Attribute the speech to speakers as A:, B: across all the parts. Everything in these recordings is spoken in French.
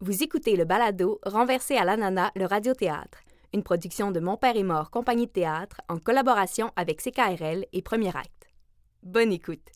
A: Vous écoutez le balado Renversé à l'ananas, le radiothéâtre, une production de Mon Père est mort, compagnie de théâtre, en collaboration avec CKRL et Premier Acte. Bonne écoute.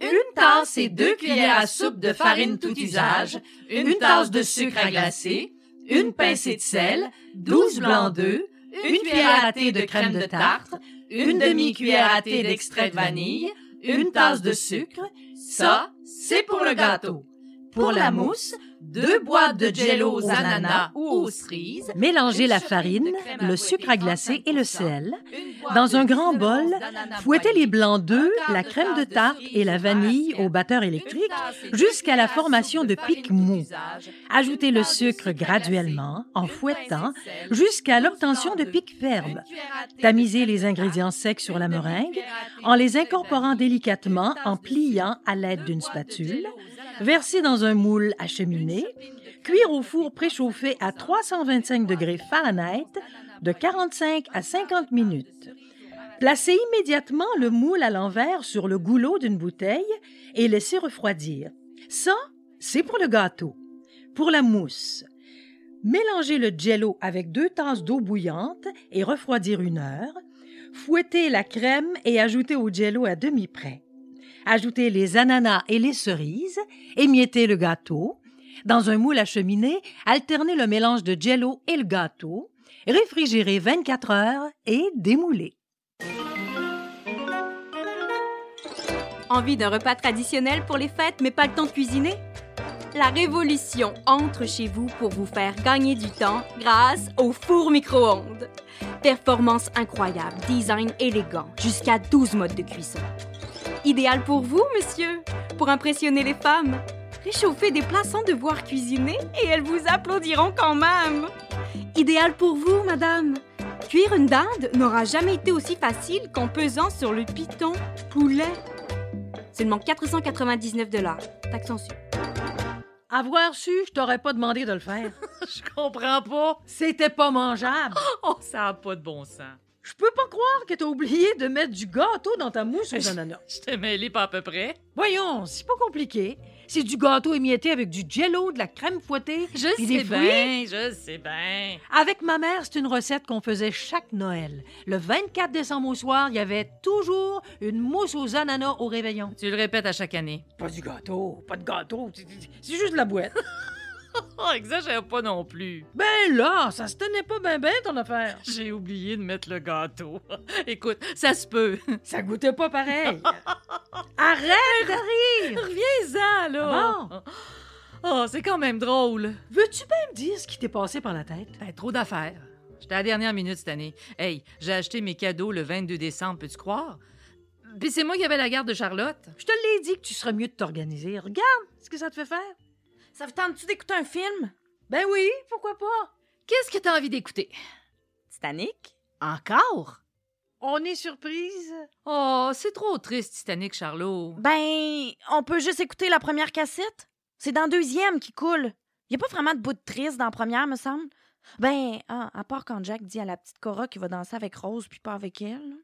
B: Une tasse et deux cuillères à soupe de farine tout usage, une tasse de sucre à glacer, une pincée de sel, 12 blancs d'œufs, une cuillère à thé de crème de tarte, une demi-cuillère à thé d'extrait de vanille, une tasse de sucre. Ça, c'est pour le gâteau. Pour la mousse, deux boîtes de jello aux ananas ou aux cerises,
C: Mélangez
B: Une
C: la
B: surprise
C: farine,
B: de crème à
C: le
B: fouetter,
C: sucre à glacer et le
B: 35%.
C: sel.
B: une boîte
C: Dans
B: de
C: un grand
B: jello
C: bol,
B: aux ananas
C: Fouettez les
B: broyés,
C: blancs d'œufs,
B: Un quart
C: la
B: de
C: crème de
B: tasse de
C: tarte
B: cerise
C: et la
B: sur
C: vanille
B: assiette.
C: au batteur
B: une
C: électrique
B: tasse et deux
C: jusqu'à la
B: cuillères à
C: formation
B: soupe
C: de
B: farine
C: pics
B: tout
C: mous.
B: usage,
C: Ajoutez
B: une
C: le
B: tasse de
C: sucre
B: sucre à glacer,
C: graduellement en
B: une
C: fouettant
B: pincée de sel,
C: jusqu'à
B: douze
C: l'obtention de
B: blancs
C: pics
B: d'œufs,
C: fermes.
B: une cuillère à thé de
C: Tamisez
B: crème
C: les
B: de tarte,
C: ingrédients secs sur
B: une
C: la meringue
B: demi-cuillère à thé
C: en les
B: d'extrait de
C: incorporant
B: vanille,
C: délicatement
B: une
C: en
B: tasse de
C: pliant
B: sucre,
C: à l'aide
B: deux
C: d'une
B: boîtes de
C: spatule.
B: jello aux ananas,
C: Versez dans un moule à
B: une
C: cheminée.
B: chopine de crème
C: Cuire
B: à
C: au
B: fouetter,
C: four préchauffé à 325 degrés Fahrenheit de 45 à 50 minutes. Placez immédiatement le moule à l'envers sur le goulot d'une bouteille et laissez refroidir. Ça, c'est pour le gâteau. Pour la mousse, mélangez le jello avec deux tasses d'eau bouillante et refroidir une heure. Fouettez la crème et ajoutez au jello à demi près. Ajoutez les ananas et les cerises, émiettez le gâteau. Dans un moule à cheminée, alternez le mélange de jello et le gâteau. Réfrigérez 24 heures et démoulez.
A: Envie d'un repas traditionnel pour les fêtes, mais pas le temps de cuisiner? La révolution entre chez vous pour vous faire gagner du temps grâce au four micro-ondes. Performance incroyable, design élégant, jusqu'à 12 modes de cuisson. Idéal pour vous, monsieur, pour impressionner les femmes. Réchauffez des plats sans devoir cuisiner et elles vous applaudiront quand même. Idéal pour vous, madame. Cuire une dinde n'aura jamais été aussi facile qu'en pesant sur le piton poulet. Seulement 499 dollars. Taxe en sucre.
C: Avoir su, je t'aurais pas demandé de le faire.
D: Je comprends pas.
C: C'était pas mangeable.
D: Oh, ça n'a pas de bon sens.
C: Je peux pas croire que t'as oublié de mettre du gâteau dans ta mousse aux ananas.
D: Je t'ai mêlé pas à peu près.
C: Voyons, c'est pas compliqué. C'est du gâteau émietté avec du jello, de la crème fouettée.
D: Je
C: Puis
D: sais
C: des
D: bien, je sais bien.
C: Avec ma mère, c'est une recette qu'on faisait chaque Noël. Le 24 décembre au soir, il y avait toujours une mousse aux ananas au réveillon.
D: Tu le répètes à chaque année.
C: Pas du gâteau, pas de gâteau, c'est- c'est juste de la boîte.
D: Oh, exagère pas non plus.
C: Ben là, ça se tenait pas bien ben ton affaire.
D: J'ai oublié de mettre le gâteau. Écoute, ça se peut.
C: Ça goûtait pas pareil. Arrête de rire!
D: Reviens-en, là. Oh, c'est quand même drôle.
C: Veux-tu bien me dire ce qui t'est passé par la tête?
D: Ben, trop d'affaires. J'étais à la dernière minute cette année. Hey, j'ai acheté mes cadeaux le 22 décembre, peux-tu croire? Puis c'est moi qui avais la garde de Charlotte.
C: Je te l'ai dit que tu serais mieux de t'organiser. Regarde ce que ça te fait faire.
E: Ça vous tente-tu d'écouter un film?
C: Ben oui, pourquoi pas?
D: Qu'est-ce que t'as envie d'écouter?
E: Titanic? Encore?
C: On est surprise.
D: Oh, c'est trop triste, Titanic, Charlot.
E: Ben, on peut juste écouter la première cassette. C'est dans deuxième qui coule. Y a pas vraiment de bout de triste dans première, me semble. Ben, ah, à part quand Jack dit à la petite Cora qu'il va danser avec Rose puis pas avec elle. là.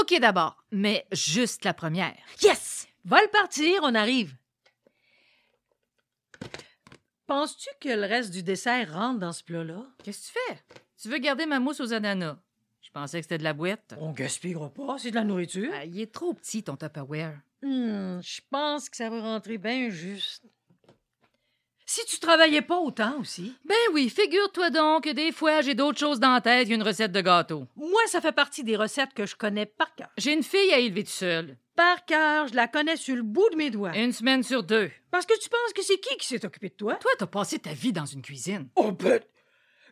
D: OK d'abord, mais juste la première.
E: Yes!
C: Va le partir, on arrive. Penses-tu que le reste du dessert rentre dans ce plat-là?
D: Qu'est-ce que tu fais? Tu veux garder ma mousse aux ananas? Je pensais que c'était de la boîte.
C: On gaspillera pas, c'est de la nourriture.
D: Ah, il est trop petit, ton Tupperware.
C: Hmm, je pense que ça va rentrer bien juste. Si tu travaillais pas autant aussi.
D: Ben oui, figure-toi donc que des fois, j'ai d'autres choses dans la tête qu'une recette de gâteau.
C: Moi, ça fait partie des recettes que je connais par cœur.
D: J'ai une fille à élever tout seul.
C: Par cœur, je la connais sur le bout de mes doigts.
D: Une semaine sur deux.
C: Parce que tu penses que c'est qui qui s'est occupé de toi?
D: Toi, t'as passé ta vie dans une cuisine.
C: Oh, ben,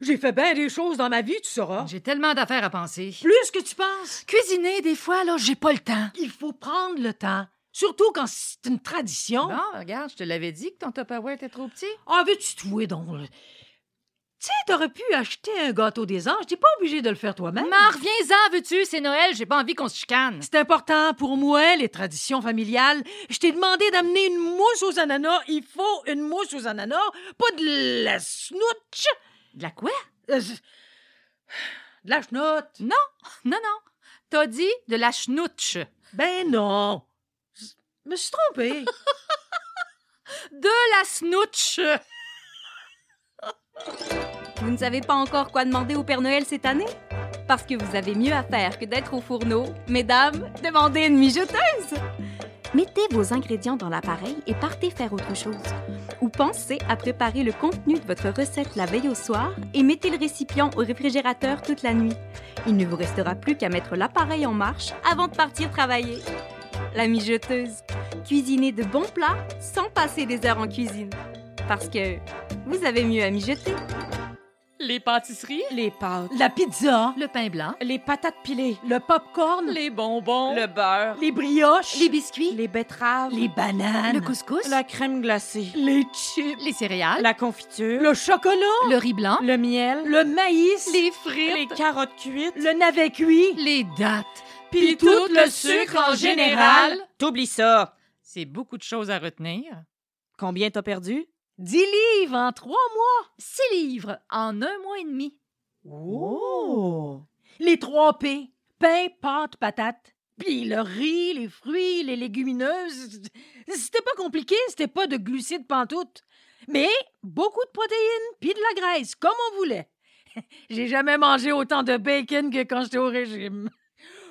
C: j'ai fait bien des choses dans ma vie, tu sauras.
D: J'ai tellement d'affaires à penser.
C: Plus que tu penses,
D: Cuisiner, des fois, là, j'ai pas le temps.
C: il faut prendre le temps. Surtout quand c'est une tradition.
D: Bon, ben, regarde, je te l'avais dit que ton Tupperware était trop petit.
C: Ah, veux-tu trouver donc? là? Tu sais, t'aurais pu acheter un gâteau des anges. T'es pas obligé de le faire toi-même.
D: Mar, reviens-en, veux-tu? C'est Noël, j'ai pas envie qu'on se chicane.
C: C'est important pour moi, les traditions familiales. Je t'ai demandé d'amener une mousse aux ananas. Il faut une mousse aux ananas, pas de la snouche.
D: De la quoi?
C: Euh, c'est- de la chenoute.
D: Non, non. T'as dit de la schnouche.
C: Ben non. Je me suis trompée.
D: De la snouche.
A: Vous ne savez pas encore quoi demander au Père Noël cette année? Parce que vous avez mieux à faire que d'être au fourneau. Mesdames, demandez une mijoteuse! Mettez vos ingrédients dans l'appareil et partez faire autre chose. Ou pensez à préparer le contenu de votre recette la veille au soir et mettez le récipient au réfrigérateur toute la nuit. Il ne vous restera plus qu'à mettre l'appareil en marche avant de partir travailler. La mijoteuse, cuisinez de bons plats sans passer des heures en cuisine. Parce que vous avez mieux à mijoter.
D: Les pâtisseries,
F: Les pâtes,
C: La pizza,
D: le pain blanc,
F: les patates pilées,
C: le popcorn,
D: les bonbons,
F: le beurre,
C: les brioches,
D: les biscuits,
F: les betteraves,
C: les bananes,
D: le couscous,
F: la crème glacée,
C: les chips,
D: les céréales,
F: la confiture,
C: le chocolat,
D: le riz blanc,
F: le miel,
C: le maïs,
D: les
F: les
D: frites,
F: carottes cuites,
C: le navet cuit,
D: les dates.
F: puis
D: tout le sucre en général.
F: T'oublies ça.
D: C'est beaucoup de choses à retenir.
F: Combien t'as perdu?
C: 10 livres en trois mois.
D: Six livres en un mois et demi.
C: Oh! Les trois P. Pain, pâte, patate. Puis le riz, les fruits, les légumineuses. C'était pas compliqué, c'était pas de glucides pantoute. Mais beaucoup de protéines, puis de la graisse, comme on voulait. J'ai jamais mangé autant de bacon que quand j'étais au régime.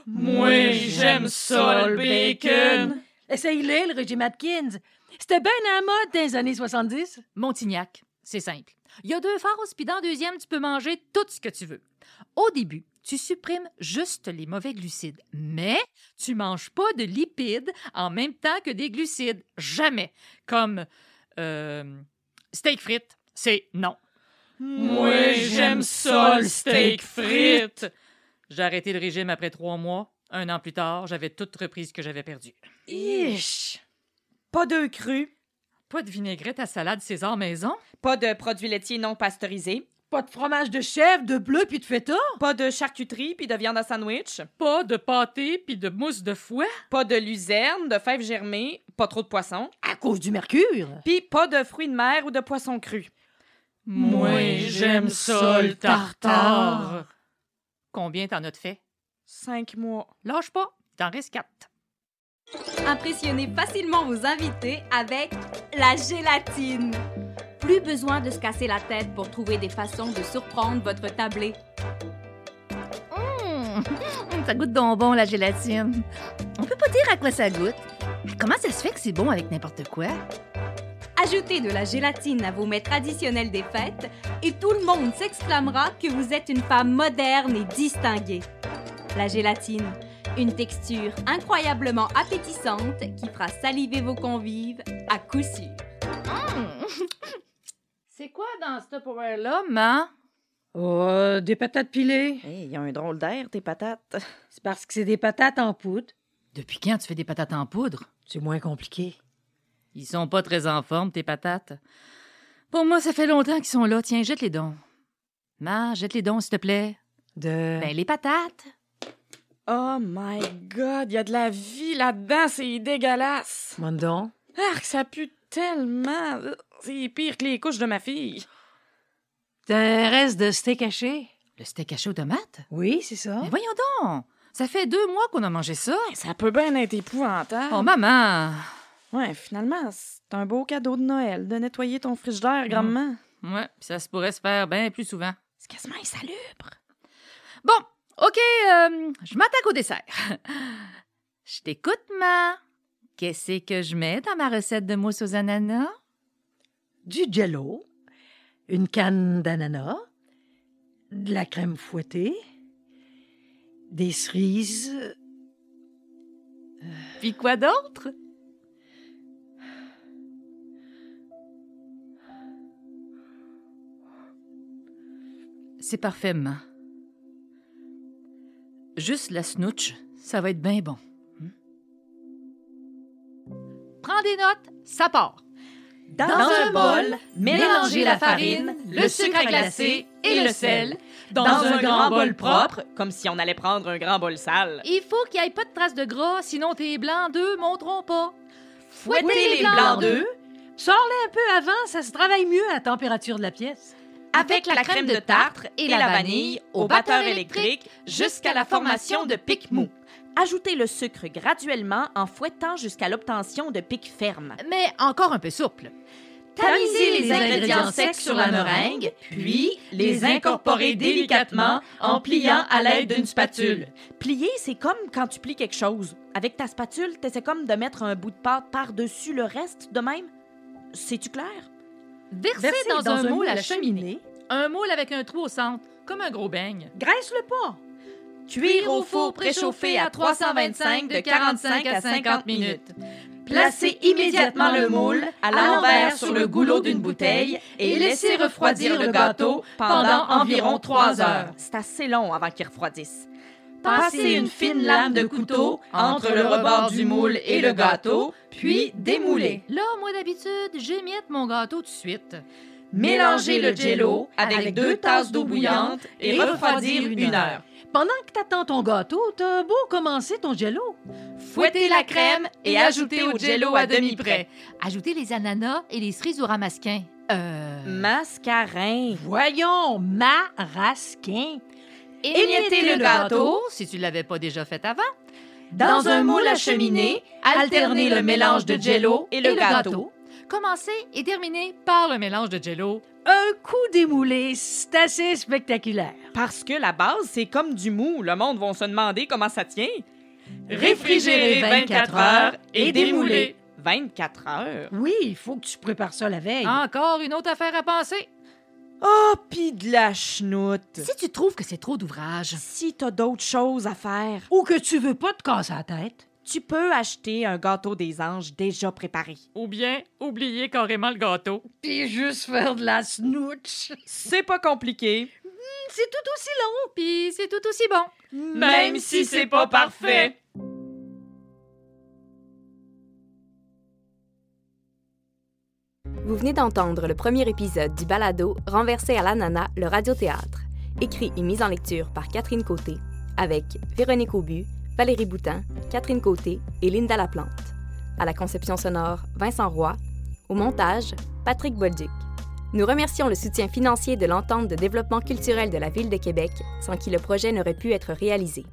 F: Moi, j'aime ça, le bacon.
C: Essaye-le, le régime Atkins. C'était bien à la mode dans les années 70.
D: Montignac, c'est simple. Il y a deux phases, puis dans le deuxième, tu peux manger tout ce que tu veux. Au début, tu supprimes juste les mauvais glucides, mais tu manges pas de lipides en même temps que des glucides. Jamais. Comme euh, steak frites, c'est non.
F: Moi, j'aime ça, le steak frites.
D: J'ai arrêté le régime après trois mois. Un an plus tard, j'avais toute reprise que j'avais perdue.
F: Ish. Pas d'œufs crus,
D: Pas de vinaigrette à salade César maison?
F: pas de produits laitiers non pasteurisés,
C: Pas de fromage de chèvre, de bleu, puis de feta.
F: pas de charcuterie puis de viande à sandwich,
D: Pas de pâté puis de mousse de fouet?
F: pas de luzerne, de fèves germées, pas trop de poissons,
C: À cause du mercure.
F: puis pas de fruits de mer ou de poissons crus.
D: Moi, j'aime ça, le tartare. Combien t'en as de fait?
F: Cinq mois.
D: Lâche pas, t'en restes quatre.
A: Impressionnez facilement vos invités avec la gélatine. Plus besoin de se casser la tête pour trouver des façons de surprendre votre tablé.
G: Hum, Ça goûte donc bon, la gélatine. On peut pas dire à quoi ça goûte. Mais Comment ça se fait que c'est bon avec n'importe quoi?
A: Ajoutez de la gélatine à vos mets traditionnels des fêtes et tout le monde s'exclamera que vous êtes une femme moderne et distinguée. La gélatine, une texture incroyablement appétissante qui fera saliver vos convives à coup sûr.
D: C'est quoi dans ce Tupperware-là, ma?
C: Oh, des patates pilées.
E: Il y a un drôle d'air, tes patates.
C: C'est parce que c'est des patates en poudre.
D: Depuis quand tu fais des patates en poudre?
C: C'est moins compliqué.
D: Ils sont pas très en forme, tes patates. Pour moi, ça fait longtemps qu'ils sont là. Tiens, jette les dons. Ma, jette les dons, s'il te plaît.
C: De.
D: Ben, les patates.
F: Oh my god, il y a de la vie là-dedans, c'est dégueulasse.
C: Mandon.
F: Arc, ça pue tellement. C'est pire que les couches de ma fille.
C: T'as un reste de steak haché?
D: Le steak haché Mm. aux tomates?
C: Oui, c'est ça.
D: Mais voyons donc! Ça fait deux mois qu'on a mangé ça.
F: Ça peut bien être épouvantable.
D: Oh, maman!
F: Ouais, finalement, c'est un beau cadeau de Noël de nettoyer ton frigidaire, grand-maman.
D: Ouais, pis ça se pourrait se faire bien plus souvent.
F: C'est quasiment insalubre.
D: Bon, OK, euh, je m'attaque au dessert. Je t'écoute, ma. Qu'est-ce que je mets dans ma recette de mousse aux ananas?
C: Du jello. Une canne d'ananas. De la crème fouettée. Des cerises.
D: Puis quoi d'autre? C'est parfait, ma. Juste la snouche, ça va être bien bon. Hmm? Prends des notes, ça part.
B: Dans un bol, mélangez la farine, le sucre à glacer et le sel
F: Dans, un, grand bol propre, comme si on allait prendre un grand bol sale.
D: Il faut qu'il n'y ait pas de traces de gras, sinon tes blancs d'œufs monteront pas.
B: Fouettez les blancs d'œufs
C: Sors-les un peu avant, ça se travaille mieux à la température de la pièce.
B: avec la crème de tartre et la vanille au batteur électrique jusqu'à la formation de pic mou.
H: Ajoutez le sucre graduellement en fouettant jusqu'à l'obtention de pics fermes.
D: Mais encore un peu souple.
B: Tamisez les ingrédients secs sur la meringue, puis les incorporer délicatement en pliant à l'aide d'une spatule.
E: Plier, c'est comme quand tu plies quelque chose. Avec ta spatule, t'essaies comme de mettre un bout de pâte par-dessus le reste de même. C'est-tu clair?
D: Versez,
C: Versez
D: dans, un, moule à la cheminée.
C: cheminée.
D: Un moule avec un trou au centre, comme un gros beigne.
C: Graisse le pas.
B: Cuire au four préchauffé à 325 de 45 à 50 minutes. Placez immédiatement le moule à l'envers sur le goulot d'une bouteille et laissez refroidir le gâteau pendant environ 3 heures.
E: C'est assez long avant qu'il refroidisse.
B: Passez une fine lame de couteau entre le rebord du moule et le gâteau, puis démoulez.
D: Là, moi d'habitude, j'émiette mon gâteau tout de suite.
B: Mélangez le jello avec deux tasses d'eau bouillante et refroidir une heure.
C: Pendant que t'attends ton gâteau, t'as beau commencer ton jello.
B: Fouettez la crème et ajoutez au jello à demi prêt.
D: Ajoutez les ananas et les cerises au ramasquin.
B: Mm.
D: Euh...
E: Mascarin.
C: Voyons, marasquin.
B: Émiettez le gâteau
D: si tu l'avais pas déjà fait avant.
B: dans un moule à cheminée, alternez le mélange de jello et le gâteau.
D: Commencez et terminez par le mélange de jello.
C: Un coup démoulé, c'est assez spectaculaire.
E: Parce que la base, c'est comme du mou. Le monde va se demander comment ça tient.
B: Réfrigérez 24 heures et démoulez.
E: 24 heures.
C: Oui, il faut que tu prépares ça la veille.
D: Encore une autre affaire à penser.
E: Oh, pis de la chenoute.
D: Si tu trouves que c'est trop d'ouvrage,
E: Si t'as d'autres choses à faire,
C: Ou que tu veux pas te casser la tête.
E: tu peux acheter un gâteau des anges déjà préparé.
D: ou bien oubliez carrément le gâteau.
C: Puis juste faire de la snooch.
E: C'est pas compliqué.
D: C'est tout aussi long, puis c'est tout aussi bon.
B: Même si c'est pas parfait.
A: Vous venez d'entendre le premier épisode du balado Renversé à l'ananas, le radiothéâtre, écrit et mis en lecture par Catherine Côté, avec Véronique Aubu, Valérie Boutin, Catherine Côté et Linda Laplante. À la conception sonore, Vincent Roy. Au montage, Patrick Bolduc. Nous remercions le soutien financier de l'Entente de développement culturel de la Ville de Québec, sans qui le projet n'aurait pu être réalisé.